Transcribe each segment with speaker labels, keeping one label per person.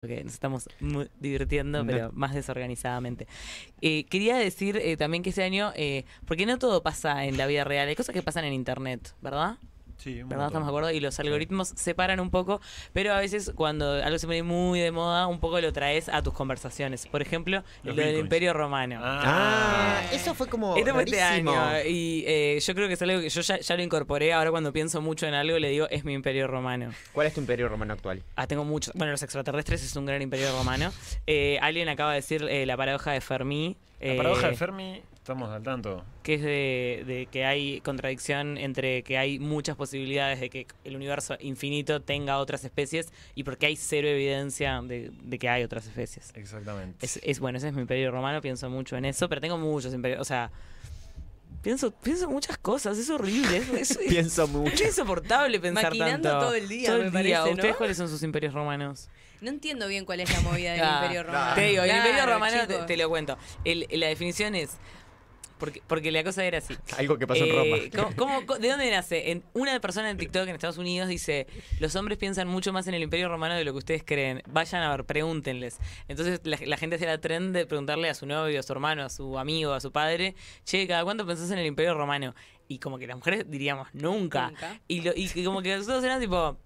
Speaker 1: porque nos estamos mu- divirtiendo, pero más desorganizadamente. Eh, quería decir eh, también que este año, eh, porque no todo pasa en la vida real, hay cosas que pasan en Internet, ¿verdad?
Speaker 2: Sí, un
Speaker 1: ¿Verdad?
Speaker 2: montón.
Speaker 1: Estamos de acuerdo. Y los algoritmos separan un poco, pero a veces cuando algo se pone muy de moda, un poco lo traes a tus conversaciones. Por ejemplo,
Speaker 2: Los
Speaker 1: lo del
Speaker 2: bitcoins.
Speaker 1: Imperio Romano.
Speaker 2: Ah,
Speaker 3: Ah, eso fue como
Speaker 1: Esto fue este
Speaker 3: rarísimo.
Speaker 1: año y eh, yo creo que es algo que yo ya, ya lo incorporé. Ahora cuando pienso mucho en algo le digo es mi imperio romano.
Speaker 3: ¿Cuál es tu imperio romano actual?
Speaker 1: Ah, tengo muchos. Bueno, los extraterrestres es un gran imperio romano. Eh, alguien acaba de decir eh, la paradoja de Fermi.
Speaker 2: La
Speaker 1: eh,
Speaker 2: paradoja de Fermi, estamos al tanto.
Speaker 1: que es de, de que hay contradicción entre que hay muchas posibilidades de que el universo infinito tenga otras especies y porque hay cero evidencia de, de que hay otras especies.
Speaker 2: Exactamente.
Speaker 1: Es, es- bueno, ese es mi imperio romano, pienso mucho en eso, pero tengo muchos imperios, o sea, pienso, pienso muchas cosas, es horrible, es, es- es-
Speaker 3: Pienso
Speaker 1: es
Speaker 3: mucho.
Speaker 1: insoportable pensar
Speaker 4: Maquinando
Speaker 1: tanto.
Speaker 4: todo el día,
Speaker 1: Todo
Speaker 4: me
Speaker 1: el día.
Speaker 4: parece, ¿no?
Speaker 1: ¿Ustedes cuáles son sus imperios romanos?
Speaker 4: No entiendo bien cuál es la movida del
Speaker 1: Ah,
Speaker 4: Imperio Romano.
Speaker 1: Te digo, el
Speaker 4: Claro,
Speaker 1: imperio romano, te,
Speaker 4: chicos.
Speaker 1: te lo cuento, El- la definición es, porque, porque la cosa era así,
Speaker 3: Algo que pasó en Roma.
Speaker 1: eh, ¿cómo- cómo- co- de dónde nace? En, una persona en TikTok en Estados Unidos dice, los hombres piensan mucho más en el imperio romano de lo que ustedes creen. Vayan a ver, pregúntenles. Entonces la, la gente hace la trend de preguntarle a su novio, a su hermano, a su amigo, a su padre, che, ¿cada cuánto pensás en el imperio romano? Y como que las mujeres diríamos, nunca.
Speaker 4: Nunca.
Speaker 1: Y, lo- y que como que nosotros eran tipo...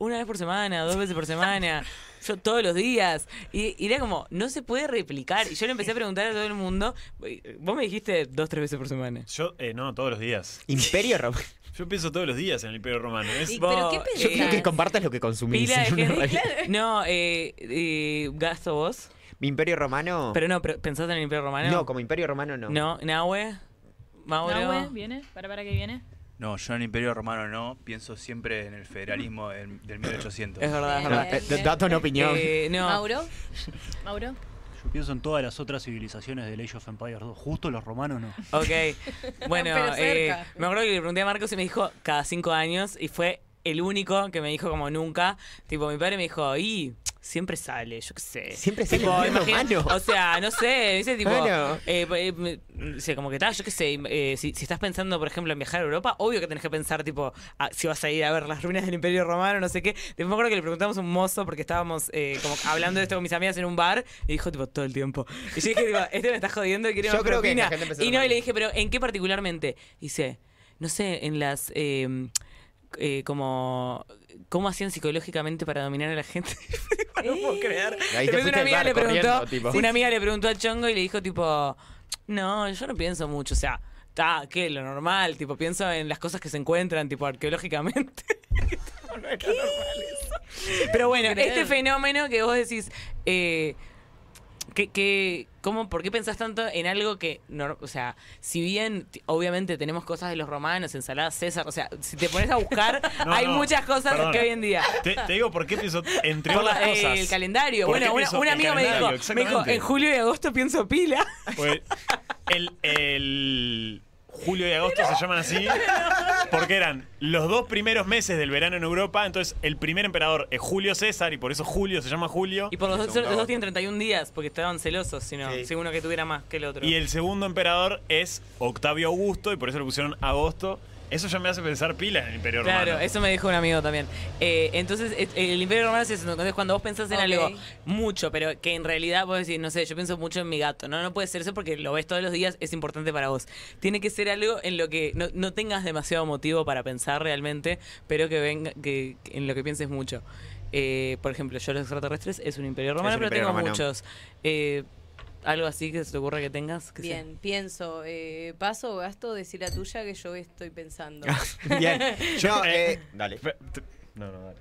Speaker 1: Una vez por semana, dos veces por semana, yo todos los días. Y, y era como, no se puede replicar. Y yo le empecé a preguntar a todo el mundo, vos me dijiste dos, tres veces por semana.
Speaker 2: Yo, eh, no, todos los días.
Speaker 3: Imperio romano.
Speaker 2: Yo pienso todos los días en el Imperio Romano. Es-
Speaker 4: Y- ¿Pero qué
Speaker 1: Bo-
Speaker 4: pensás?
Speaker 3: Yo creo que
Speaker 4: Claro.
Speaker 3: compartas lo que consumís.
Speaker 1: Eh, Pila de
Speaker 3: en una
Speaker 1: gente-
Speaker 3: realidad.
Speaker 1: No, eh, eh, gasto vos.
Speaker 3: Mi imperio romano.
Speaker 1: Pero no, pero ¿pensás en el Imperio Romano?
Speaker 3: No, como imperio romano no.
Speaker 1: No, Nahue, Mauro.
Speaker 5: Nahue, ¿viene? ¿Para, para que viene?
Speaker 6: No, yo en el Imperio Romano no, pienso siempre en el federalismo del, del 1800.
Speaker 1: Es verdad, es
Speaker 3: No,
Speaker 1: verdad.
Speaker 3: eh, d- dato en opinión.
Speaker 1: Eh, no,
Speaker 4: Mauro,
Speaker 5: ¿Mauro?
Speaker 7: Yo pienso en todas las otras civilizaciones del Age of Empires 2. Justo los romanos no.
Speaker 1: ok. Bueno,
Speaker 4: Pero cerca.
Speaker 1: eh, me acuerdo que le pregunté a Marcos y me dijo cada cinco años y fue el único que me dijo como nunca. Tipo, mi padre me dijo, y siempre sale, yo qué sé.
Speaker 3: Siempre sale
Speaker 1: Tipo,
Speaker 3: el imperio
Speaker 1: imagina-
Speaker 3: romano.
Speaker 1: O sea, no sé, dice tipo.
Speaker 3: Bueno.
Speaker 1: eh, eh, me- o sea, como que tal, yo qué sé. eh, si, si estás pensando, por ejemplo, en viajar a Europa, obvio que tenés que pensar, tipo, a- si vas a ir a ver las ruinas del Imperio Romano, no sé qué. Después me acuerdo que le preguntamos a un mozo, porque estábamos eh, como hablando de esto con mis amigas en un bar, y dijo, tipo, todo el tiempo. Y yo dije, tipo, este me está jodiendo, quiere
Speaker 3: Yo
Speaker 1: más
Speaker 3: creo que
Speaker 1: propina.
Speaker 3: la gente empezó a
Speaker 1: Y no, y
Speaker 3: tomar.
Speaker 1: le dije, pero ¿en qué particularmente? Dice, no sé, en las. eh, eh, como cómo hacían psicológicamente para dominar a la gente. no puedo creer.
Speaker 3: Ahí te
Speaker 1: Después
Speaker 3: fuiste
Speaker 1: una
Speaker 3: al
Speaker 1: amiga
Speaker 3: bar
Speaker 1: le preguntó,
Speaker 3: corriendo, tipo.
Speaker 1: una amiga le preguntó al chongo y le dijo tipo, no, yo no pienso mucho, o sea, ta, que lo normal, tipo pienso en las cosas que se encuentran tipo arqueológicamente. Tipo, no era normal eso. Pero bueno,
Speaker 4: Creer.
Speaker 1: este fenómeno que vos decís eh, ¿Qué, qué, cómo, ¿Por qué pensás tanto en algo que, no- o sea, si bien t- obviamente tenemos cosas de los romanos, ensaladas César, o sea, si te pones a buscar,
Speaker 2: No,
Speaker 1: hay
Speaker 2: no,
Speaker 1: muchas cosas
Speaker 2: perdona.
Speaker 1: que hoy en día...
Speaker 2: Te, te digo por qué pienso entre
Speaker 1: Por
Speaker 2: otras
Speaker 1: la-
Speaker 2: cosas.
Speaker 1: el calendario.
Speaker 2: ¿Por
Speaker 1: Bueno,
Speaker 2: qué
Speaker 1: una-
Speaker 2: pienso
Speaker 1: un
Speaker 2: el
Speaker 1: amigo me dijo,
Speaker 2: calendario?
Speaker 1: me dijo,
Speaker 2: Exactamente.
Speaker 1: en julio y agosto pienso pila.
Speaker 2: Pues, el, el julio y agosto se llaman así porque eran los dos primeros meses del verano en Europa. Entonces, el primer emperador es Julio César y por eso Julio se llama Julio.
Speaker 1: Y por los,
Speaker 6: Sí,
Speaker 1: dos-
Speaker 6: son
Speaker 1: los dos
Speaker 6: cagos.
Speaker 1: tienen 31 días, porque estaban celosos, si no,
Speaker 3: Sí.
Speaker 1: si uno que tuviera más que el otro.
Speaker 2: Y el segundo emperador es Octavio Augusto y por eso le pusieron agosto. Eso ya me hace pensar pila en el Imperio
Speaker 1: Claro,
Speaker 2: Romano.
Speaker 1: eso me dijo un amigo también. Eh, entonces, es- el Imperio Romano es eso. Entonces, cuando vos pensás en
Speaker 4: Ok.
Speaker 1: algo mucho, pero que en realidad vos decís, no sé, yo pienso mucho en mi gato. No, no puede ser eso porque lo ves todos los días, es importante para vos. Tiene que ser algo en lo que no, no tengas demasiado motivo para pensar realmente, pero que venga, que, que en lo que pienses mucho. Eh, por ejemplo, yo los extraterrestres es un Imperio Romano,
Speaker 3: un
Speaker 1: pero
Speaker 3: Imperio
Speaker 1: tengo
Speaker 3: Romano.
Speaker 1: muchos. Eh, algo así que se te ocurra que tengas. que sé.
Speaker 4: bien, pienso. eh, paso o gasto, decir la tuya que yo estoy pensando.
Speaker 3: Bien. No,
Speaker 2: eh,
Speaker 3: eh, dale.
Speaker 2: Fe- te- No, no, dale.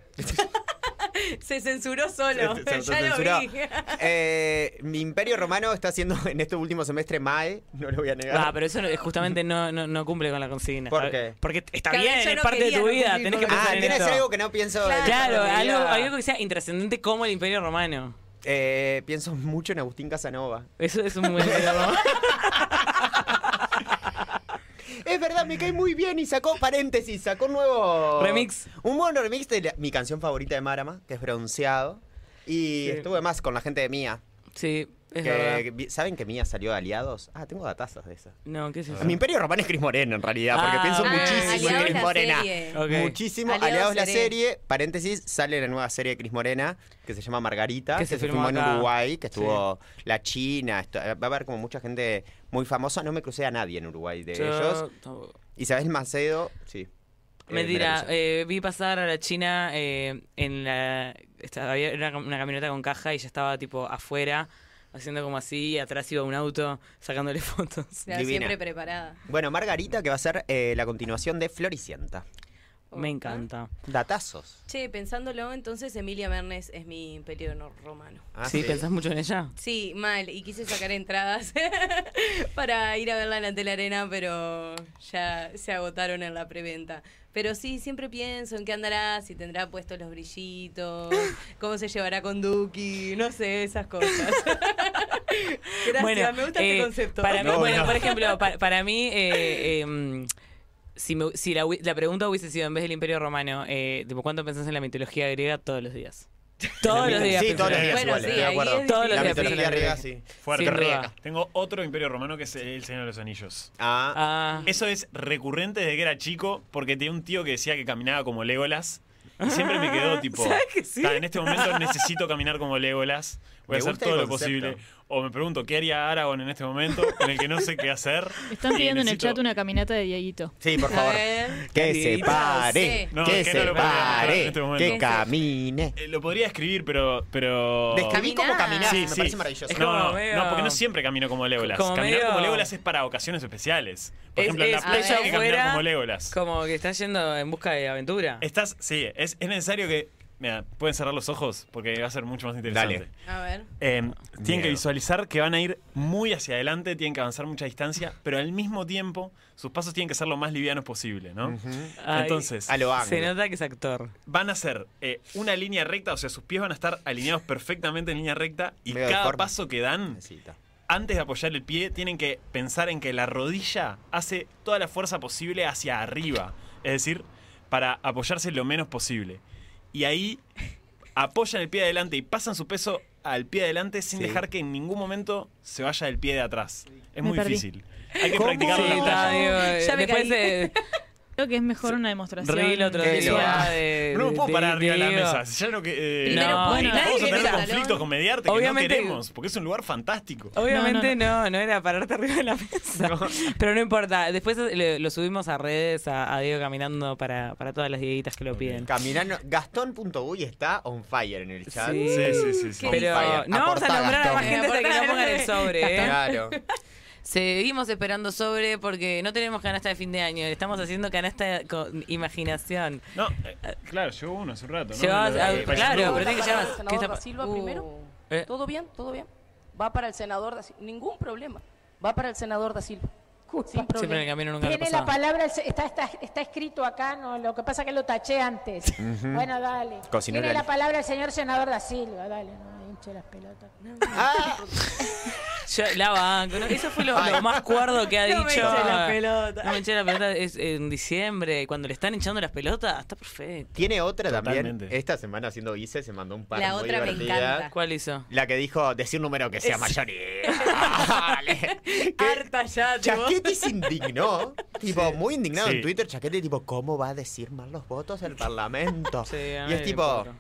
Speaker 4: Se censuró solo.
Speaker 3: Se- se
Speaker 4: ya
Speaker 3: autocensuró.
Speaker 4: lo vi.
Speaker 3: Eh, mi imperio romano está haciendo en este último semestre mal, no lo voy a negar.
Speaker 1: Ah, pero eso no- justamente no, no, no cumple con la consigna.
Speaker 3: ¿Por
Speaker 1: Está-
Speaker 3: qué?
Speaker 1: Porque está
Speaker 4: Claro,
Speaker 1: bien,
Speaker 4: yo
Speaker 1: es
Speaker 4: no
Speaker 1: parte de
Speaker 4: quería
Speaker 1: tu
Speaker 4: no
Speaker 1: vida.
Speaker 4: cumplir
Speaker 1: Tenés
Speaker 4: con
Speaker 1: que
Speaker 4: la
Speaker 1: pensar
Speaker 3: Ah,
Speaker 1: en
Speaker 3: tenés
Speaker 1: esto.
Speaker 3: algo que no pienso.
Speaker 4: Claro.
Speaker 3: dentro de
Speaker 1: Claro,
Speaker 3: mi
Speaker 1: algo,
Speaker 3: vida.
Speaker 1: algo que sea intrascendente como el Imperio Romano.
Speaker 3: Eh, pienso mucho en Agustín Casanova.
Speaker 1: Eso es un buen Imperio Romano.
Speaker 3: Es verdad, me cae muy bien y sacó paréntesis, sacó un nuevo
Speaker 1: Remix.
Speaker 3: Un buen remix de la- mi canción favorita de Marama, que es Bronceado. Y
Speaker 1: Sí.
Speaker 3: estuve más con la gente de Mía.
Speaker 1: Sí. Es
Speaker 3: Que-
Speaker 1: verdad.
Speaker 3: vi- ¿Saben que Mía salió de Aliados? Ah, tengo datazas de esa.
Speaker 1: No, ¿qué es eso?
Speaker 3: Mi imperio romano es Cris Morena, en realidad, porque
Speaker 1: Ah,
Speaker 3: pienso
Speaker 1: ok.
Speaker 3: muchísimo en
Speaker 4: Aliados
Speaker 3: Cris
Speaker 4: la
Speaker 3: Morena.
Speaker 4: serie.
Speaker 1: Ok.
Speaker 3: Muchísimo.
Speaker 4: Aliados
Speaker 3: Aliados la
Speaker 4: seré.
Speaker 3: serie, paréntesis, sale la nueva serie de Cris Morena, que se llama Margarita,
Speaker 1: Que
Speaker 3: que,
Speaker 1: se
Speaker 3: se,
Speaker 1: filmó
Speaker 3: filmó en
Speaker 1: acá.
Speaker 3: Uruguay, que estuvo la China, esto- va a haber como mucha gente muy famosa. No me crucé a nadie en Uruguay de ellos. eh,
Speaker 1: Yo-
Speaker 3: Isabel Macedo, sí. Eh,
Speaker 1: Mentira,
Speaker 3: maravillosa.
Speaker 1: eh, vi pasar a la China eh, en la. estaba- había una, cam- una camioneta con caja y ya estaba tipo afuera, haciendo como así, y atrás iba un auto sacándole fotos.
Speaker 4: Claro,
Speaker 3: Divina.
Speaker 4: siempre preparada.
Speaker 3: Bueno, Margarita, que va a ser eh, la continuación de Floricienta.
Speaker 1: Me
Speaker 4: Opa.
Speaker 1: encanta.
Speaker 3: Datazos.
Speaker 4: Che, pensándolo, entonces Emilia Mernes es mi imperio no- romano.
Speaker 3: Ah,
Speaker 1: ¿Sí? ¿Pensás mucho en ella?
Speaker 4: Sí, mal, y quise sacar entradas para ir a verla en la telarena, pero ya se agotaron en la preventa. Pero sí, siempre pienso en qué andará, si tendrá puestos los brillitos, cómo se llevará con Duki, no sé, esas cosas. Gracias, me gusta
Speaker 1: eh,
Speaker 4: este concepto.
Speaker 1: Para mí,
Speaker 2: No,
Speaker 1: bueno,
Speaker 2: no.
Speaker 1: por ejemplo, para, para mí, eh, eh, mm, si, me- si la, hu- la pregunta hubiese sido en vez del Imperio Romano, eh, tipo, ¿cuánto pensás en la mitología griega todos los días? Todos los días.
Speaker 3: Sí,
Speaker 1: pensás
Speaker 3: todos los
Speaker 1: en-
Speaker 3: días
Speaker 4: Bueno,
Speaker 3: iguales,
Speaker 4: sí,
Speaker 3: estoy de
Speaker 4: ahí
Speaker 3: acuerdo.
Speaker 4: es
Speaker 1: Todos los
Speaker 3: la
Speaker 1: días
Speaker 3: mitología
Speaker 1: pensás en
Speaker 3: griega,
Speaker 1: la
Speaker 3: sí.
Speaker 2: Fuerte.
Speaker 1: Sin duda.
Speaker 2: Tengo otro imperio romano que es el Señor de los Anillos.
Speaker 3: Ah,
Speaker 1: Ah,
Speaker 2: Eso es recurrente desde que era chico, porque tenía un tío que decía que caminaba como Legolas. Y siempre me quedó tipo.
Speaker 1: ¿Sabes que sí?
Speaker 2: "Ta, En este momento necesito caminar como Legolas. Voy a
Speaker 3: Me
Speaker 2: hacer
Speaker 3: gusta
Speaker 2: todo
Speaker 3: el
Speaker 2: lo
Speaker 3: concepto.
Speaker 2: posible. O me pregunto, ¿qué haría Aragorn en este momento en el que no sé qué hacer?
Speaker 5: Están
Speaker 2: Y
Speaker 5: pidiendo en el
Speaker 2: necesito-
Speaker 5: chat una caminata de Dieguito.
Speaker 3: Sí, por
Speaker 4: A
Speaker 3: favor.
Speaker 4: ver.
Speaker 3: Que se
Speaker 1: Sí.
Speaker 3: pare,
Speaker 4: Sí.
Speaker 2: No,
Speaker 3: que
Speaker 2: es que
Speaker 3: se
Speaker 2: no lo podría mostrar en
Speaker 3: pare,
Speaker 2: este momento.
Speaker 3: que camine.
Speaker 2: Eh, lo podría escribir, pero. pero...
Speaker 3: Describí cómo caminás,
Speaker 2: Oh. Sí,
Speaker 3: me
Speaker 2: sí.
Speaker 3: parece maravilloso.
Speaker 1: Es
Speaker 2: no,
Speaker 1: como
Speaker 2: no,
Speaker 1: medio-
Speaker 2: no, porque no siempre camino como Legolas.
Speaker 1: Como
Speaker 2: caminar como
Speaker 1: medio-
Speaker 2: Legolas es para ocasiones especiales. Por
Speaker 1: Es-
Speaker 2: ejemplo, en la
Speaker 1: es
Speaker 2: playa hay que
Speaker 4: playa
Speaker 2: caminar
Speaker 1: afuera,
Speaker 2: como Legolas.
Speaker 1: como que estás yendo en busca de aventura.
Speaker 2: Estás, sí, es, es necesario que. Mira, pueden cerrar los ojos porque va a ser mucho más interesante.
Speaker 3: Dale.
Speaker 4: A ver.
Speaker 2: Eh, tienen que
Speaker 3: Miedo.
Speaker 2: visualizar que van a ir muy hacia adelante, tienen que avanzar mucha distancia, pero al mismo tiempo sus pasos tienen que ser lo más livianos posible, ¿no?
Speaker 1: Ay,
Speaker 2: Entonces,
Speaker 3: A lo hago.
Speaker 1: se nota que es actor.
Speaker 2: van a ser eh, una línea recta, o sea, sus pies van a estar alineados perfectamente en línea recta y
Speaker 3: Medio
Speaker 2: cada
Speaker 3: deforme.
Speaker 2: paso que dan, antes de apoyar el pie, tienen que pensar en que la rodilla hace toda la fuerza posible hacia arriba. Es decir, para apoyarse lo menos posible. Y ahí apoyan el pie adelante y pasan su peso al pie adelante sin
Speaker 3: Sí.
Speaker 2: dejar que en ningún momento se vaya el pie de atrás. Es muy
Speaker 5: perdí.
Speaker 2: difícil. Hay que
Speaker 3: ¿Cómo?
Speaker 2: practicarlo en
Speaker 1: Sí,
Speaker 2: la
Speaker 1: está,
Speaker 2: playa.
Speaker 1: digo,
Speaker 4: Ya me
Speaker 1: después
Speaker 4: caí.
Speaker 1: eh,
Speaker 5: Creo que es mejor una demostración.
Speaker 1: reel otro
Speaker 3: Qué
Speaker 1: día
Speaker 3: loco.
Speaker 1: de-
Speaker 2: No me puedo
Speaker 1: de-
Speaker 2: parar arriba de la
Speaker 1: Diego.
Speaker 2: mesa. Ya lo que, eh,
Speaker 4: Primero,
Speaker 1: No,
Speaker 4: bueno,
Speaker 1: no,
Speaker 4: nadie
Speaker 2: vamos a
Speaker 4: que
Speaker 2: tener
Speaker 4: meta el
Speaker 2: conflictos
Speaker 4: talón.
Speaker 2: con mediarte
Speaker 1: Obviamente-
Speaker 2: que no queremos, porque es un lugar fantástico.
Speaker 1: Obviamente
Speaker 5: No,
Speaker 1: no no, era pararte arriba de la mesa. Pero no importa. Después eh, le- lo subimos a redes a, a Diego caminando para, para todas las dieguitas que lo piden.
Speaker 3: Caminando. Gastón.uy está on fire en el chat.
Speaker 1: Sí.
Speaker 2: Sí, sí, sí. sí.
Speaker 4: Qué
Speaker 1: Pero
Speaker 3: Fire.
Speaker 1: no vamos a
Speaker 3: Aportá,
Speaker 1: nombrar a
Speaker 3: Gastón.
Speaker 1: más gente hasta que no
Speaker 4: Aportá.
Speaker 1: pongan el sobre. ¿eh?
Speaker 3: Claro.
Speaker 1: Seguimos esperando sobre porque no tenemos canasta de fin de año. Le estamos haciendo canasta con imaginación.
Speaker 2: No, eh, claro, llegó uno hace un rato. ¿no? eh,
Speaker 1: Llevabas-
Speaker 2: Lo de-
Speaker 1: ah,
Speaker 2: Payasandu.
Speaker 1: claro, pero tiene
Speaker 8: Para
Speaker 1: que
Speaker 8: el
Speaker 1: llevar- ¿qué
Speaker 8: senador
Speaker 1: está pa-
Speaker 8: da Silva
Speaker 4: Uh,
Speaker 8: primero.
Speaker 1: Eh,
Speaker 8: ¿Todo bien? ¿Todo bien? Va para el senador da Silva. Ningún problema. Va para el senador da Silva. Sin
Speaker 1: Siempre en el
Speaker 8: problema.
Speaker 1: camino nunca le
Speaker 9: Tiene la
Speaker 1: pasaba.
Speaker 9: palabra, el se- está, está, está escrito acá, no, lo que pasa es que lo taché antes. Bueno, dale.
Speaker 3: Cocinó
Speaker 9: Tiene
Speaker 3: la
Speaker 9: la
Speaker 3: lista.
Speaker 9: palabra el señor senador da Silva, dale, no hinche las pelotas.
Speaker 3: Ah,
Speaker 1: Yo la banco. ¿no? Eso fue lo,
Speaker 3: Ay.
Speaker 1: lo más cuerdo que ha
Speaker 4: No me
Speaker 1: dicho.
Speaker 4: hinches las
Speaker 1: No me hinché la pelota. Es en diciembre, cuando le están hinchando las pelotas, está perfecto.
Speaker 3: Tiene otra también.
Speaker 2: Totalmente.
Speaker 3: Esta semana haciendo guise se mandó un par
Speaker 4: La
Speaker 3: muy
Speaker 4: otra me
Speaker 3: divertida.
Speaker 4: encanta.
Speaker 1: ¿Cuál hizo?
Speaker 3: La que dijo decir número que sea
Speaker 1: Es-
Speaker 3: mayoría. Dale. Que
Speaker 4: Harta ya, tipo.
Speaker 3: Chaquete se indignó, tipo, muy indignado
Speaker 2: Sí.
Speaker 3: en Twitter, Chaquete, tipo, ¿cómo va a decir mal los votos el Parlamento?
Speaker 1: Sí, a
Speaker 3: y
Speaker 1: nadie
Speaker 3: es
Speaker 1: le
Speaker 3: tipo,
Speaker 1: importa.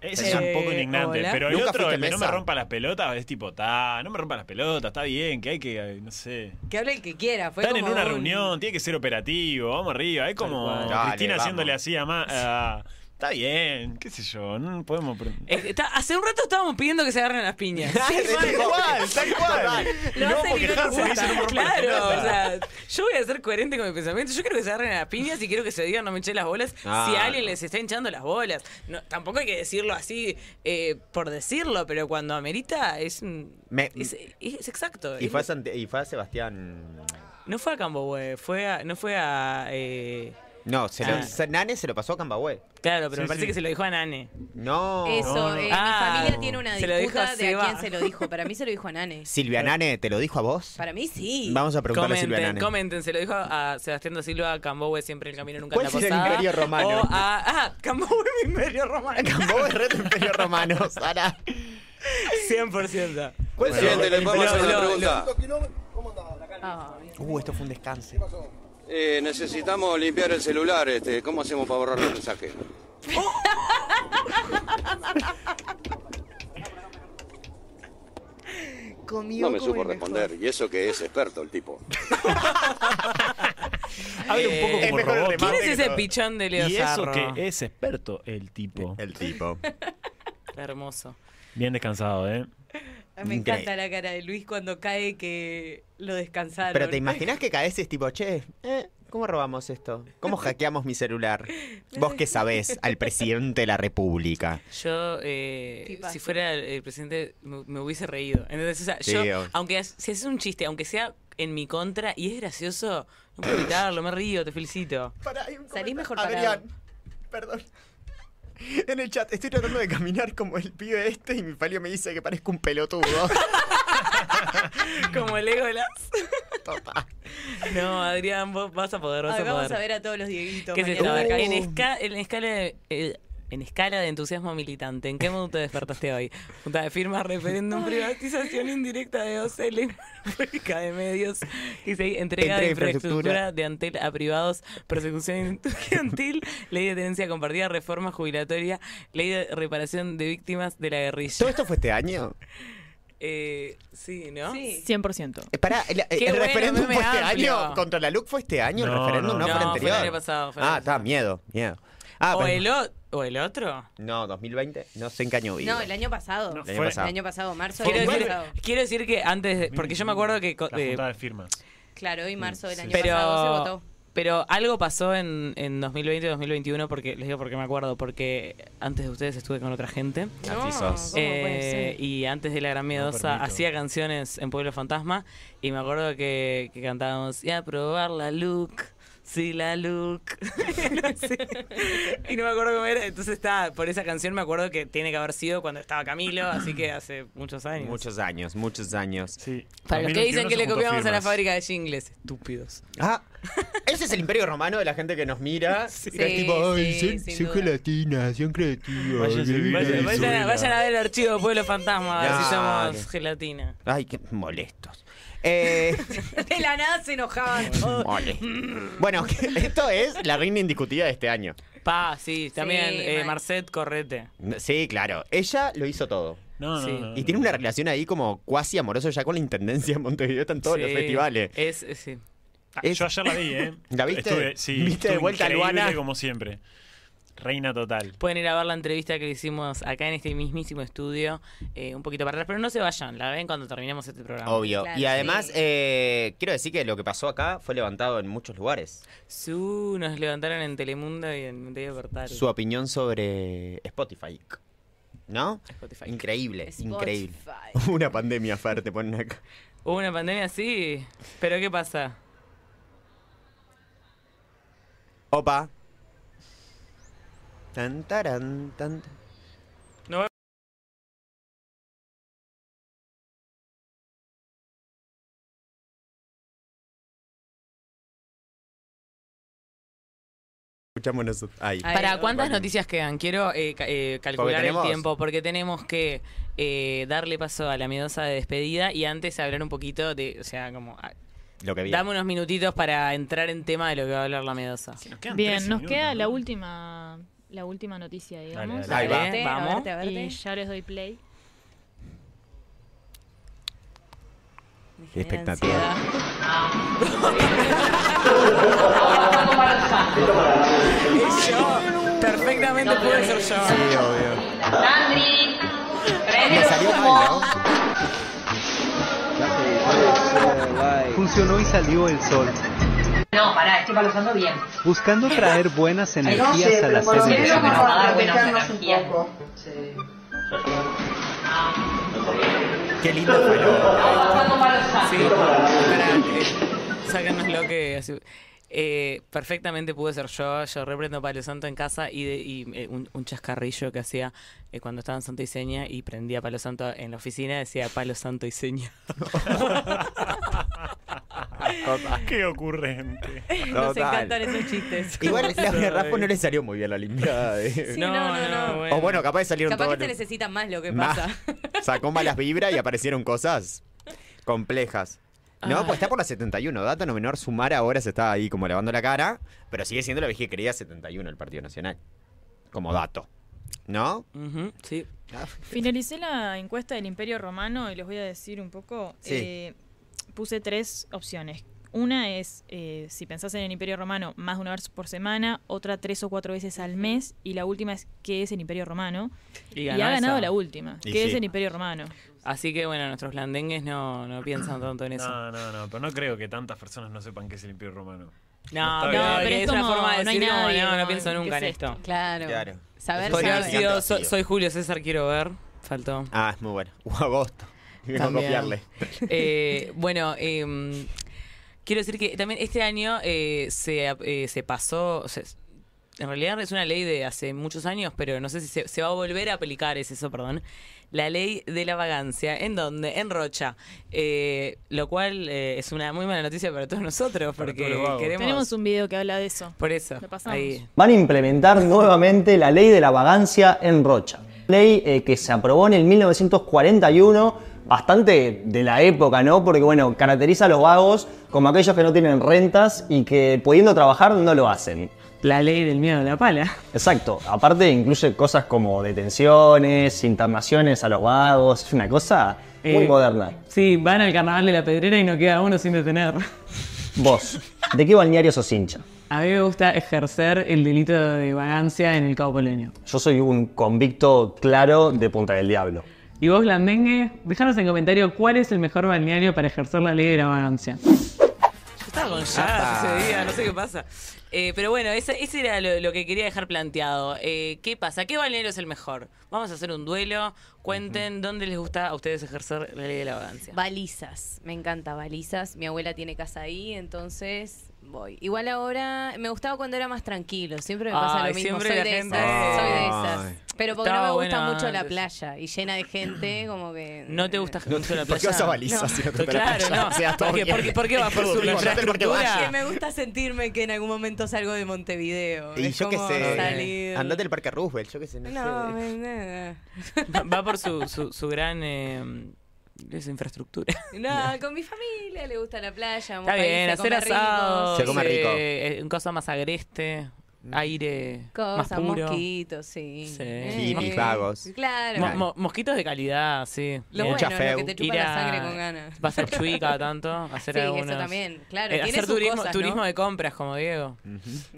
Speaker 2: Ese es un poco
Speaker 4: Eh,
Speaker 2: indignante,
Speaker 4: hola.
Speaker 2: pero el
Speaker 3: Nunca
Speaker 2: otro,
Speaker 3: fuiste
Speaker 2: el de no me
Speaker 3: mesa.
Speaker 2: rompa las pelotas, es tipo, ta, no me rompa las pelotas, está bien, que hay que, eh, no sé.
Speaker 4: Que hable el que quiera. Fue
Speaker 2: Están en
Speaker 4: como
Speaker 2: una
Speaker 4: un-
Speaker 2: reunión, tiene que ser operativo, vamos arriba. Es como
Speaker 1: Tal cual.
Speaker 3: Dale,
Speaker 2: Cristina
Speaker 3: vamos.
Speaker 2: haciéndole así a más. a- Está bien, qué sé yo, no podemos. pre-
Speaker 1: Eh, está- hace un rato estábamos pidiendo que se agarren las piñas.
Speaker 3: tal cual, tal cual.
Speaker 2: Y no
Speaker 1: hacen
Speaker 2: vamos a
Speaker 1: y no
Speaker 2: quejarse,
Speaker 1: les gusta.
Speaker 2: dice, no me rompa las
Speaker 1: Claro,
Speaker 2: pelotas.
Speaker 1: o sea, yo voy a ser coherente con mi pensamiento. Yo quiero que se agarren a las piñas y quiero que se digan no me hinché las bolas
Speaker 3: Ah,
Speaker 1: si a alguien
Speaker 3: no.
Speaker 1: les está hinchando las bolas. No, tampoco hay que decirlo así eh, por decirlo, pero cuando amerita es, un-
Speaker 3: Me-
Speaker 1: es, es exacto.
Speaker 3: Mm. Y
Speaker 1: Es
Speaker 3: fue, a
Speaker 1: lo-
Speaker 3: Sante- y fue a Sebastián.
Speaker 1: No fue a Cambowe, fue a, no fue a... eh,
Speaker 3: No, se lo,
Speaker 1: Ah.
Speaker 3: se- Nane se lo pasó a Cambahue.
Speaker 1: claro, pero
Speaker 2: Sí,
Speaker 1: me parece
Speaker 2: sí.
Speaker 1: que se lo dijo a Nane.
Speaker 3: No.
Speaker 4: Eso,
Speaker 2: No, no.
Speaker 4: eh,
Speaker 1: Ah,
Speaker 4: mi familia tiene una
Speaker 1: se lo dijo a
Speaker 4: disputa de a
Speaker 1: Seba.
Speaker 4: quién se lo dijo. Para mí se lo dijo a Nane.
Speaker 3: Silvia Nane, ¿te lo dijo a vos?
Speaker 4: Para mí sí.
Speaker 3: Vamos a preguntarle a Silvia
Speaker 1: Comenten,
Speaker 3: Nane.
Speaker 1: comenten, se lo dijo a Sebastián da Silva, a Cambowe siempre el camino nunca en
Speaker 3: ¿Cuál
Speaker 1: la
Speaker 3: es el
Speaker 1: posada.
Speaker 3: imperio romano?
Speaker 1: O a, ah, Cambowe mi imperio romano.
Speaker 3: Cambahue es reto imperio romano, Sara.
Speaker 1: 100%.
Speaker 10: ¿Cuál es el
Speaker 11: Siguiente, le podemos hacer una pregunta.
Speaker 8: Ah,
Speaker 3: Uh, esto fue un descanso.
Speaker 11: Eh, necesitamos limpiar el celular, este. ¿Cómo hacemos para borrar los mensajes?
Speaker 12: Comió
Speaker 11: No me
Speaker 12: como
Speaker 11: supo
Speaker 12: el mejor.
Speaker 11: responder, y eso que es experto el tipo.
Speaker 2: Habla un poco
Speaker 1: Eh,
Speaker 2: como
Speaker 1: es mejor el
Speaker 2: robot.
Speaker 1: de ¿Quién es ese pichón de Leo
Speaker 2: Y
Speaker 1: Sarro?
Speaker 2: eso que es experto el tipo.
Speaker 3: El tipo.
Speaker 1: Hermoso.
Speaker 2: Bien descansado, ¿eh?
Speaker 4: Me encanta la cara de Luis cuando cae que lo descansaron.
Speaker 3: Pero te imaginas que caes y es tipo, che, eh, ¿cómo robamos esto? ¿Cómo hackeamos mi celular? Vos que sabés, al presidente de la República.
Speaker 1: Yo, eh, si fuera el, el presidente, me, me hubiese reído. Entonces, o sea,
Speaker 3: Sí,
Speaker 1: yo,
Speaker 3: obvio.
Speaker 1: aunque es- si haces un chiste, aunque sea en mi contra y es gracioso, no puedo evitarlo, me río, te felicito.
Speaker 4: Salís mejor
Speaker 3: Adrián,
Speaker 4: parado.
Speaker 3: perdón. En el chat, estoy tratando de caminar como el pibe este y mi palio me dice que parezco un pelotudo.
Speaker 1: Como Legolas. No, Adrián, vos vas a poder, vas
Speaker 4: Ay,
Speaker 1: a
Speaker 4: vamos
Speaker 1: poder. Uh.
Speaker 4: a ver a todos los dieguitos.
Speaker 1: ¿Qué es esto?
Speaker 4: mañana.
Speaker 1: en, este, esca- en escala de, eh, en escala de entusiasmo militante, ¿en qué modo te despertaste hoy? Junta de firmas, referéndum, privatización indirecta de OCL, política de medios, dice, entrega
Speaker 3: Entrega de
Speaker 1: de
Speaker 3: infraestructura.
Speaker 1: infraestructura de Antel a privados, persecución estudiantil, ley de tenencia compartida, reforma jubilatoria, ley de reparación de víctimas de la guerrilla.
Speaker 3: ¿Todo esto fue este año?
Speaker 1: Eh, sí, ¿no?
Speaker 5: 100%.
Speaker 3: Eh, Pará, el, el
Speaker 1: Qué bueno,
Speaker 3: referéndum
Speaker 1: meme
Speaker 3: fue este
Speaker 1: amplio.
Speaker 3: año. Contra la LUC fue este año el
Speaker 1: No,
Speaker 3: referéndum, no,
Speaker 1: no,
Speaker 3: fue el
Speaker 1: no, fue
Speaker 3: anterior.
Speaker 1: el año pasado, fue el
Speaker 3: ah,
Speaker 1: año
Speaker 3: está, miedo, miedo. Ah,
Speaker 1: o,
Speaker 3: pero-
Speaker 1: el o, o el otro.
Speaker 3: No, 2020, no sé en qué año vivo.
Speaker 4: No, el año pasado.
Speaker 3: El año fue- pasado.
Speaker 4: El año pasado, marzo del
Speaker 1: Quiero
Speaker 4: año
Speaker 1: decir,
Speaker 4: pasado.
Speaker 1: quiero decir que antes, de- porque yo me acuerdo que... co- eh,
Speaker 2: de firmas.
Speaker 4: Claro, y marzo del año
Speaker 1: pero,
Speaker 4: pasado se votó.
Speaker 1: Pero algo pasó en, en 2020-2021, porque les digo porque me acuerdo, porque antes de ustedes estuve con otra gente.
Speaker 3: Así sos.
Speaker 1: Eh, y antes de La Gran Miedosa
Speaker 3: permito.
Speaker 1: hacía canciones en Pueblo Fantasma y me acuerdo que, que cantábamos, y a probar la look. Sí, la look. No sé. y no me acuerdo cómo era. Entonces, está, por esa canción me acuerdo que tiene que haber sido cuando estaba Camilo, así que hace muchos años.
Speaker 3: Muchos años, muchos años.
Speaker 1: Para los que dicen que le copiamos a la fábrica de jingles, estúpidos.
Speaker 3: Ah, ese es el imperio romano de la gente que nos mira. que es
Speaker 1: Sí,
Speaker 3: tipo, ay,
Speaker 1: sí,
Speaker 3: son-
Speaker 1: sin
Speaker 3: son,
Speaker 1: duda.
Speaker 3: gelatinas, son creativos.
Speaker 2: Vayan,
Speaker 3: bla, bla,
Speaker 1: Vayan,
Speaker 3: bla,
Speaker 1: vayan a,
Speaker 3: bla".
Speaker 1: vayan a ver el archivo de Pueblo Fantasma, a ver si
Speaker 3: Dale.
Speaker 1: somos gelatina.
Speaker 3: Ay, qué molestos. Eh,
Speaker 4: De la nada se enojaban todos.
Speaker 3: molestos. Bueno, esto es la reina indiscutida de este año.
Speaker 1: Pa, sí, también
Speaker 4: Sí,
Speaker 1: eh,
Speaker 4: mal.
Speaker 1: Marcet Correte.
Speaker 3: Sí, claro. Ella lo hizo todo.
Speaker 1: No, no, Sí. no, no,
Speaker 3: y tiene una relación ahí como cuasi amorosa ya con la Intendencia de Montevideo, están todos los
Speaker 1: Sí,
Speaker 3: festivales.
Speaker 1: Es, es- sí.
Speaker 3: Es-
Speaker 2: Ah, Yo ayer la vi, ¿eh?
Speaker 3: ¿La viste?
Speaker 2: Estuve- sí,
Speaker 3: ¿Viste de
Speaker 2: estuvo
Speaker 3: vuelta a
Speaker 2: increíble
Speaker 3: Luana?
Speaker 2: como siempre. Reina total.
Speaker 1: Pueden ir a ver la entrevista que le hicimos acá en este mismísimo estudio, eh, un poquito para atrás, pero no se vayan, la ven cuando terminemos este programa.
Speaker 3: Obvio. y además, eh, quiero decir que lo que pasó acá fue levantado en muchos lugares.
Speaker 1: Su, nos levantaron en Telemundo y en Medio Portal.
Speaker 3: Su opinión sobre Spotify. ¿No? Increíble, increíble. Una pandemia, Fer, te ponen acá.
Speaker 1: Hubo una pandemia así, pero ¿qué pasa?
Speaker 3: Opa. Tan, tarán, tan. Escuchamos nosotros. Ahí.
Speaker 1: ¿Para cuántas noticias quedan? Quiero eh, ca- eh, calcular
Speaker 3: tenemos-
Speaker 1: el tiempo porque tenemos que eh, darle paso a la miedosa de despedida y antes hablar un poquito de, o sea, como... ah,
Speaker 3: Lo que vi.
Speaker 1: Dame unos minutitos para entrar en tema de lo que va a hablar la miedosa.
Speaker 5: Bien, nos queda la última, la última noticia, digamos.
Speaker 1: dale. Ahí va. Verte, a
Speaker 5: Vamos.
Speaker 1: verte, a verte.
Speaker 5: Y ya les doy play.
Speaker 3: Expectativa.
Speaker 1: yo perfectamente pude ser yo.
Speaker 3: Sí, obvio.
Speaker 13: Sandri,
Speaker 3: Me salió mal, ¿no?
Speaker 14: Funcionó y salió el sol,
Speaker 13: No, pará, estoy balonceando bien.
Speaker 14: buscando traer buenas
Speaker 13: No sé,
Speaker 14: energías a
Speaker 13: pero
Speaker 14: las
Speaker 13: por lo menos
Speaker 14: celebración.
Speaker 13: vamos a despejarnos un poco.
Speaker 3: Qué lindo fue
Speaker 1: Sí, pará, eh, sáquenos lo que. así- eh, perfectamente pude ser yo. Yo reprendo Palo Santo en casa y, de- y, eh, un, un chascarrillo que hacía eh, cuando estaba en Santa Iseña y prendía Palo Santo en la oficina decía Palo Santo Iseña.
Speaker 2: Qué ocurrente.
Speaker 4: Nos
Speaker 3: Total.
Speaker 4: encantan esos chistes.
Speaker 3: Igual la de Rafa no le salió muy bien la limpiada. eh.
Speaker 4: Sí, no, no, no.
Speaker 3: O bueno, capaz de salir un
Speaker 4: Capaz
Speaker 3: todo.
Speaker 4: que se necesita más lo que
Speaker 3: Más.
Speaker 4: pasa.
Speaker 3: Sacó malas vibras y aparecieron cosas complejas.
Speaker 4: Ah.
Speaker 3: No, pues está por la 71. Dato no menor, sumar ahora se está ahí como lavando la cara, pero sigue siendo la vieja querida 71 el Partido Nacional. Como dato. ¿No?
Speaker 1: Sí.
Speaker 5: Finalicé la encuesta del Imperio Romano y les voy a decir un poco.
Speaker 3: Sí.
Speaker 5: eh, puse tres opciones. Una es, eh, si pensás en el Imperio Romano, más de una vez por semana, otra tres o cuatro veces al mes, y la última es, ¿qué es el Imperio Romano?
Speaker 1: Y
Speaker 5: Y,
Speaker 1: ganó
Speaker 5: ha ganado
Speaker 1: esa.
Speaker 5: la última,
Speaker 1: Y
Speaker 5: ¿qué es
Speaker 1: sí.
Speaker 5: el Imperio Romano?
Speaker 1: Así que bueno, nuestros blandengues no, no piensan tanto en eso.
Speaker 2: No, no, no, pero no creo que tantas personas no sepan qué es el Imperio Romano.
Speaker 1: No,
Speaker 2: está
Speaker 1: pero,
Speaker 2: bien.
Speaker 1: pero es, una forma de
Speaker 5: no hay
Speaker 1: decir, como,
Speaker 5: nadie,
Speaker 1: no, no
Speaker 5: como,
Speaker 1: pienso
Speaker 5: ¿qué
Speaker 1: nunca
Speaker 5: es
Speaker 1: en esto.
Speaker 4: Claro.
Speaker 3: Claro.
Speaker 4: Saber
Speaker 1: Podría haber
Speaker 4: saber.
Speaker 1: sido, so- soy Julio César, quiero ver. Faltó.
Speaker 3: Ah, es muy bueno. O agosto. Vengo a
Speaker 1: También.
Speaker 3: copiarle.
Speaker 1: Eh, bueno, eh, quiero decir que también este año eh, se, eh, se pasó. o sea, en realidad es una ley de hace muchos años, pero no sé si se, se va a volver a aplicar, es eso, perdón. La ley de la vagancia. ¿En dónde? En Rocha. Eh, lo cual eh, es una muy mala noticia para todos nosotros, porque
Speaker 5: todos los vagos.
Speaker 1: queremos.
Speaker 5: Tenemos un video que habla de eso.
Speaker 1: Por eso.
Speaker 5: Lo pasamos.
Speaker 1: ahí.
Speaker 10: Van a implementar nuevamente la ley de la vagancia en Rocha. Ley eh, que se aprobó en el 1941, bastante de la época, ¿no? Porque, bueno, caracteriza a los vagos como aquellos que no tienen rentas y que pudiendo trabajar no lo hacen. La ley del miedo a la pala. Exacto. Aparte incluye cosas como detenciones, internaciones a los vagos. Es una cosa muy
Speaker 12: Eh,
Speaker 10: moderna.
Speaker 12: Sí, van al carnaval de la pedrera y no queda uno sin detener.
Speaker 10: Vos, ¿de qué balneario sos hincha?
Speaker 12: A mí me gusta ejercer el delito de vagancia en el Cabo Polonio.
Speaker 10: Yo soy un convicto claro de Punta del Diablo.
Speaker 12: Y vos, Landengue, dejanos en comentario cuál es el mejor balneario para ejercer la ley de la vagancia.
Speaker 1: Yo estaba con ya
Speaker 3: Ah.
Speaker 1: ese día, no sé qué pasa. Eh, pero bueno, ese, ese era lo, lo que quería dejar planteado. Eh, ¿Qué pasa? ¿Qué balneario es el mejor? Vamos a hacer un duelo. Cuenten dónde les gusta a ustedes ejercer la ley de la vagancia.
Speaker 4: Balizas, me encanta balizas. Mi abuela tiene casa ahí, entonces voy. Igual ahora, me gustaba cuando era más tranquilo, siempre me pasa
Speaker 1: Ay,
Speaker 4: lo mismo.
Speaker 1: siempre
Speaker 4: Soy
Speaker 1: la
Speaker 4: de
Speaker 1: gente-
Speaker 4: esas, soy de
Speaker 1: Ay.
Speaker 4: esas. Pero porque
Speaker 1: Estaba
Speaker 4: no me gusta
Speaker 1: bueno
Speaker 4: mucho la
Speaker 1: antes. Mm.
Speaker 4: playa y llena de gente, como que. eh,
Speaker 1: ¿No te gusta
Speaker 3: No,
Speaker 1: mucho la playa?
Speaker 3: ¿por qué vas a balizas si no te gusta la
Speaker 1: Claro,
Speaker 3: playa?
Speaker 1: no.
Speaker 3: O sea, todo
Speaker 1: ¿Por, qué,
Speaker 3: bien.
Speaker 1: por qué- por qué vas por
Speaker 3: Todo
Speaker 1: su
Speaker 3: bien, importante porque
Speaker 1: infraestructura?
Speaker 4: Que me gusta sentirme que en algún momento salgo de Montevideo.
Speaker 3: Y
Speaker 4: Es
Speaker 3: yo qué
Speaker 4: como
Speaker 3: sé.
Speaker 4: salir-
Speaker 3: Andate al Parque Roosevelt, yo qué sé. No,
Speaker 4: No,
Speaker 3: sé.
Speaker 4: me- nada.
Speaker 1: Va- Va por su, su, su gran eh, esa infraestructura.
Speaker 4: No, con mi familia le gusta la playa.
Speaker 1: Está
Speaker 4: vamos ahí,
Speaker 1: bien,
Speaker 4: se
Speaker 1: hacer
Speaker 4: come rico.
Speaker 1: asado. eh,
Speaker 3: Se come rico. Mm.
Speaker 1: Un cosa más agreste, aire más
Speaker 4: Cosas,
Speaker 1: puro.
Speaker 4: mosquitos, sí. Eh,
Speaker 1: Sí.
Speaker 3: Hippies, vagos.
Speaker 4: Claro.
Speaker 1: Mo- mo- mosquitos de calidad, sí.
Speaker 4: Lo
Speaker 1: Bien.
Speaker 4: bueno, Mucha lo que fe. te chupa la sangre con ganas.
Speaker 1: Vas a Chuy cada tanto, hacer
Speaker 4: Sí, eso
Speaker 1: algunos- Eh,
Speaker 4: también, claro, tiene
Speaker 1: hacer
Speaker 4: sus
Speaker 1: turismo,
Speaker 4: cosas, ¿no?
Speaker 1: turismo de compras, como Diego.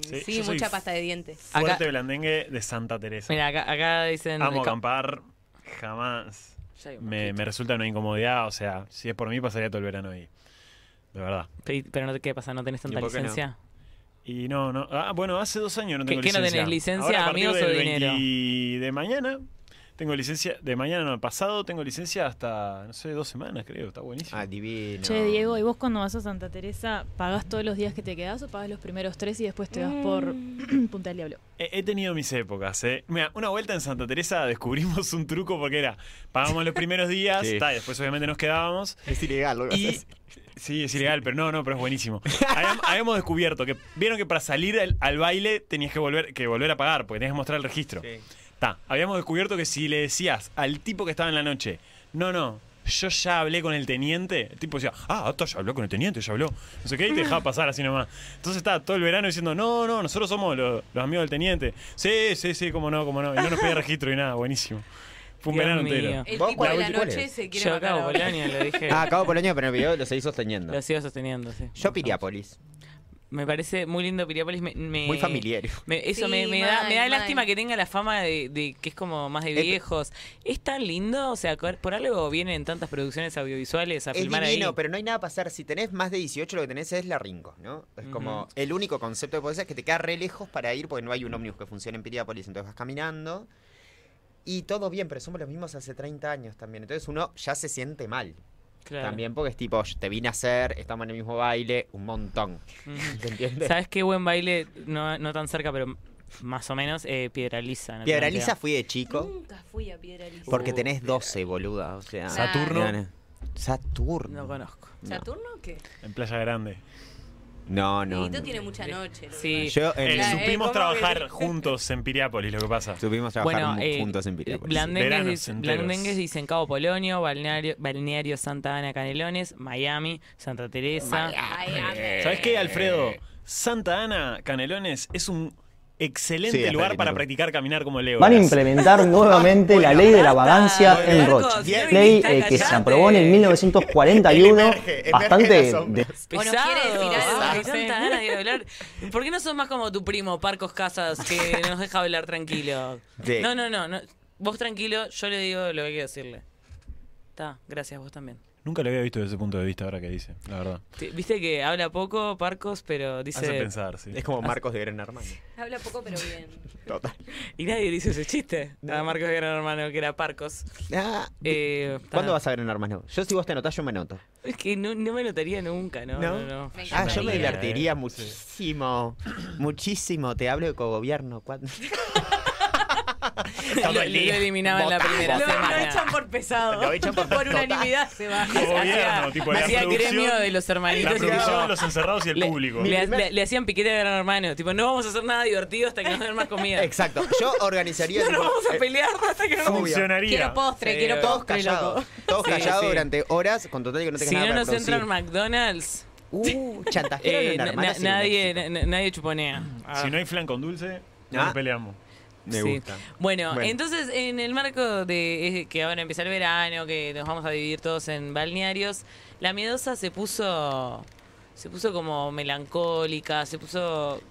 Speaker 2: Sí,
Speaker 4: Sí,
Speaker 2: yo soy
Speaker 4: mucha pasta de dientes.
Speaker 2: Fuerte
Speaker 1: Acá-
Speaker 2: blandengue de Santa Teresa.
Speaker 1: Mira, acá, acá dicen.
Speaker 2: Amo
Speaker 1: eh, ca-
Speaker 2: acampar, jamás.
Speaker 1: Ya hay un
Speaker 2: Me, me resulta una incomodidad, o sea, si es por mí pasaría todo el verano ahí. De verdad.
Speaker 1: Pe- Pero no te qué pasa, no tenés tanta
Speaker 2: ¿Y por qué no?
Speaker 1: licencia.
Speaker 2: Y no, no. Ah, bueno, hace dos años no
Speaker 1: ¿Qué-
Speaker 2: tengo
Speaker 1: qué no
Speaker 2: licencia.
Speaker 1: tenés, licencia,
Speaker 2: Ahora, a partir
Speaker 1: amigos o
Speaker 2: del
Speaker 1: dinero?
Speaker 2: 20 de mañana tengo licencia. De mañana no, pasado tengo licencia hasta, no sé, dos semanas creo. Está buenísimo.
Speaker 3: Ah, divino.
Speaker 5: Che, Diego, ¿y vos cuando vas a Santa Teresa, pagás todos los días que te quedás o pagás los primeros tres y después te vas por
Speaker 1: Mm.
Speaker 5: Punta del Diablo?
Speaker 2: He, he tenido mis épocas, ¿eh? Mira, una vuelta en Santa Teresa descubrimos un truco porque era, pagábamos los primeros días,
Speaker 3: Sí.
Speaker 2: ta, y después obviamente nos quedábamos.
Speaker 3: Es ilegal lo que
Speaker 2: Y-
Speaker 3: haces.
Speaker 2: Sí, es ilegal, pero no, no, pero es buenísimo. Habíamos, habíamos descubierto que vieron que para salir al, al baile tenías que volver, que volver a pagar, porque tenías que mostrar el registro. Ta, habíamos descubierto que si le decías al tipo que estaba en la noche, no, no, yo ya hablé con el teniente, el tipo decía, ah, hasta ya habló con el teniente, ya habló. No sé qué, y te dejaba pasar así nomás. Entonces estaba todo el verano diciendo, no, no, nosotros somos los, los amigos del teniente. Sí, sí, sí, cómo no, cómo no. Y no nos pedía registro y nada, buenísimo. Fue un
Speaker 1: Dios
Speaker 2: verano
Speaker 1: mío.
Speaker 2: entero.
Speaker 4: El
Speaker 3: ¿Vos
Speaker 4: tipo
Speaker 3: cuál-
Speaker 4: de la
Speaker 3: cuál
Speaker 4: noche
Speaker 3: es?
Speaker 4: se quiere
Speaker 1: Yo
Speaker 4: matar
Speaker 1: acabo
Speaker 4: ahora.
Speaker 1: Polonia, lo dije.
Speaker 3: Ah, acabo Polonia, pero en el video lo seguís sosteniendo.
Speaker 1: Lo sigo sosteniendo, sí.
Speaker 3: Yo Piriápolis.
Speaker 1: Me parece muy lindo Piriápolis. Me, me-
Speaker 3: Muy familiar.
Speaker 1: me- eso
Speaker 4: Sí,
Speaker 1: me, me da,
Speaker 4: mal,
Speaker 1: me da
Speaker 4: mal.
Speaker 1: lástima que tenga la fama de, de que es como más de
Speaker 3: Eh, pe-
Speaker 1: viejos. Es tan lindo, o sea, cor- por algo vienen tantas producciones audiovisuales a
Speaker 3: Es
Speaker 1: filmar
Speaker 3: divino,
Speaker 1: ahí.
Speaker 3: pero no hay nada para hacer. Si tenés más de 18, lo que tenés es la Rincos, ¿no? Es como
Speaker 1: Ujú.
Speaker 3: el único concepto que podés hacer es que te queda re lejos para ir porque no hay un ómnibus que funcione en Piriápolis, entonces vas caminando. Y todo bien, pero somos los mismos hace 30 años también. Entonces uno ya se siente mal.
Speaker 1: Claro.
Speaker 3: También porque es tipo, te vine a hacer, estamos en el mismo baile, un montón.
Speaker 1: Ujú.
Speaker 3: ¿Te entiendes?
Speaker 1: ¿Sabes qué buen baile? No, no tan cerca, pero más o menos, eh, Piedra Lisa. en
Speaker 3: Piedra
Speaker 1: Atlántida.
Speaker 3: Lisa fui de chico
Speaker 4: Nunca fui a Piedra Lisa.
Speaker 3: porque tenés 12, boluda. O sea,
Speaker 4: Saturno.
Speaker 3: Saturno.
Speaker 1: No conozco.
Speaker 3: No.
Speaker 4: ¿Saturno o qué?
Speaker 2: En Playa Grande.
Speaker 3: No, no.
Speaker 4: Dieguito tiene mucha noche. lo
Speaker 1: Sí.
Speaker 4: verdad.
Speaker 3: Yo, en-
Speaker 2: Eh,
Speaker 4: Claro, eh,
Speaker 2: supimos
Speaker 4: ¿cómo
Speaker 2: trabajar
Speaker 4: que-
Speaker 2: juntos en Piriápolis, lo que pasa.
Speaker 3: Supimos trabajar
Speaker 1: Bueno,
Speaker 3: mu-
Speaker 1: eh,
Speaker 3: juntos en Piriápolis.
Speaker 1: Blandengues,
Speaker 2: Veranos
Speaker 1: dice-
Speaker 2: enteros.
Speaker 1: Blandengues dice en Cabo Polonio, balneario, balneario Santa Ana Canelones, Miami, Santa Teresa.
Speaker 2: ¿Sabes qué, Alfredo? Santa Ana, Canelones, es un excelente
Speaker 3: Sí,
Speaker 2: lugar
Speaker 3: está
Speaker 2: para
Speaker 3: lindo.
Speaker 2: practicar caminar como Leo.
Speaker 10: Van a implementar nuevamente la ley de la vagancia en
Speaker 2: Marcos,
Speaker 10: Rocha.
Speaker 2: bien,
Speaker 10: Ley
Speaker 2: está
Speaker 10: eh, que se
Speaker 2: callante.
Speaker 10: aprobó en el 1941, bastante... de-
Speaker 1: Pesado. Ay, Santa Ana, Diego Velar. ¿Por qué no sos más como tu primo, Parcos Casas, que nos deja hablar tranquilo?
Speaker 3: Sí.
Speaker 1: No, no, no, no. Vos tranquilo, yo le digo lo que hay que decirle. Está, gracias, vos también.
Speaker 2: Nunca lo había visto desde ese punto de vista ahora que dice, la verdad.
Speaker 1: Sí, Viste que habla poco, Parcos, pero dice.
Speaker 2: Hace pensar, sí.
Speaker 3: Es como Marcos de Gran Hermano.
Speaker 4: Habla poco, pero bien.
Speaker 3: Total.
Speaker 1: Y nadie le hizo ese chiste a Marcos de Gran Hermano, que era Parcos.
Speaker 3: Ah,
Speaker 1: Eh, está.
Speaker 3: ¿Cuándo vas a ver un hermano? Yo si vos te anotás, yo me anoto.
Speaker 1: Es que no, no me notaría nunca, ¿no?
Speaker 3: ¿No?
Speaker 1: no, no.
Speaker 3: Ah, yo me
Speaker 1: encantaría. eh,
Speaker 3: divertiría muchísimo. Muchísimo. Te hablo de cogobierno. ¿cuándo?
Speaker 1: Lo, lo eliminaban en la primera
Speaker 4: Lo, lo
Speaker 1: semana.
Speaker 4: echan por pesado.
Speaker 3: Lo echan por pesado.
Speaker 4: unanimidad se va.
Speaker 2: Gobierno, tipo
Speaker 1: Me
Speaker 2: la
Speaker 1: hacía
Speaker 2: producción.
Speaker 1: gremio de los hermanitos.
Speaker 2: La
Speaker 1: y
Speaker 2: producción,
Speaker 1: todo.
Speaker 2: los encerrados y el
Speaker 1: Le-
Speaker 2: público.
Speaker 1: Le, le- le hacían piquete a gran hermano. Tipo, no vamos a hacer nada divertido hasta que nos den más comida.
Speaker 3: Exacto. Yo organizaría.
Speaker 1: No nos
Speaker 3: tipo,
Speaker 1: vamos a
Speaker 3: eh,
Speaker 1: pelear hasta que nos
Speaker 2: Funcionaría.
Speaker 4: Quiero postre, quiero
Speaker 3: todos
Speaker 4: postre,
Speaker 3: callados.
Speaker 4: loco.
Speaker 3: Todos
Speaker 1: Sí,
Speaker 3: callados
Speaker 1: sí.
Speaker 3: durante horas con total que no tengas
Speaker 1: Si
Speaker 3: nada
Speaker 1: no
Speaker 3: para
Speaker 1: nos entra en
Speaker 3: producir.
Speaker 1: McDonald's,
Speaker 3: Uh, chantajero
Speaker 1: eh,
Speaker 3: de una
Speaker 1: na-
Speaker 3: hermana
Speaker 1: na-
Speaker 3: sería
Speaker 1: nadie, na- nadie chuponea. Ah,
Speaker 2: Si no hay flan con dulce, no
Speaker 3: Ah.
Speaker 2: nos peleamos.
Speaker 3: Me
Speaker 1: sí.
Speaker 3: gusta.
Speaker 1: Bueno,
Speaker 3: Bueno.
Speaker 1: entonces en el marco de eh, que ahora empieza el verano, que nos vamos a dividir todos en balnearios, la miedosa se puso, se puso como melancólica, se puso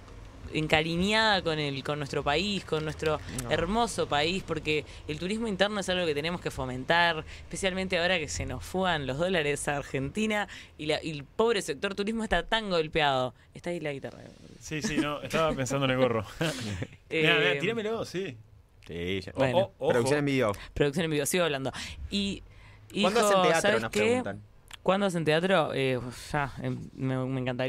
Speaker 1: encariñada con el, con nuestro país, con nuestro hermoso país, porque el turismo interno es algo que tenemos que fomentar, especialmente ahora que se nos fugan los dólares a Argentina y, la- y el pobre sector turismo está tan golpeado. Está ahí la guitarra.
Speaker 2: Sí, sí, no, estaba pensando en el gorro. Mira,
Speaker 1: Eh,
Speaker 2: mira, tíramelo, sí.
Speaker 3: Sí, ya.
Speaker 1: Bueno.
Speaker 2: O- o-
Speaker 3: Producción
Speaker 2: ojo.
Speaker 3: en video.
Speaker 1: Producción en vivo, sigo hablando. Y
Speaker 3: ¿Cuándo
Speaker 1: hijo,
Speaker 3: hacen teatro?
Speaker 1: ¿sabes
Speaker 3: Nos
Speaker 1: qué?
Speaker 3: preguntan.
Speaker 1: ¿Cuándo hacen teatro? Eh, uf, ya, em, me, me encantaría.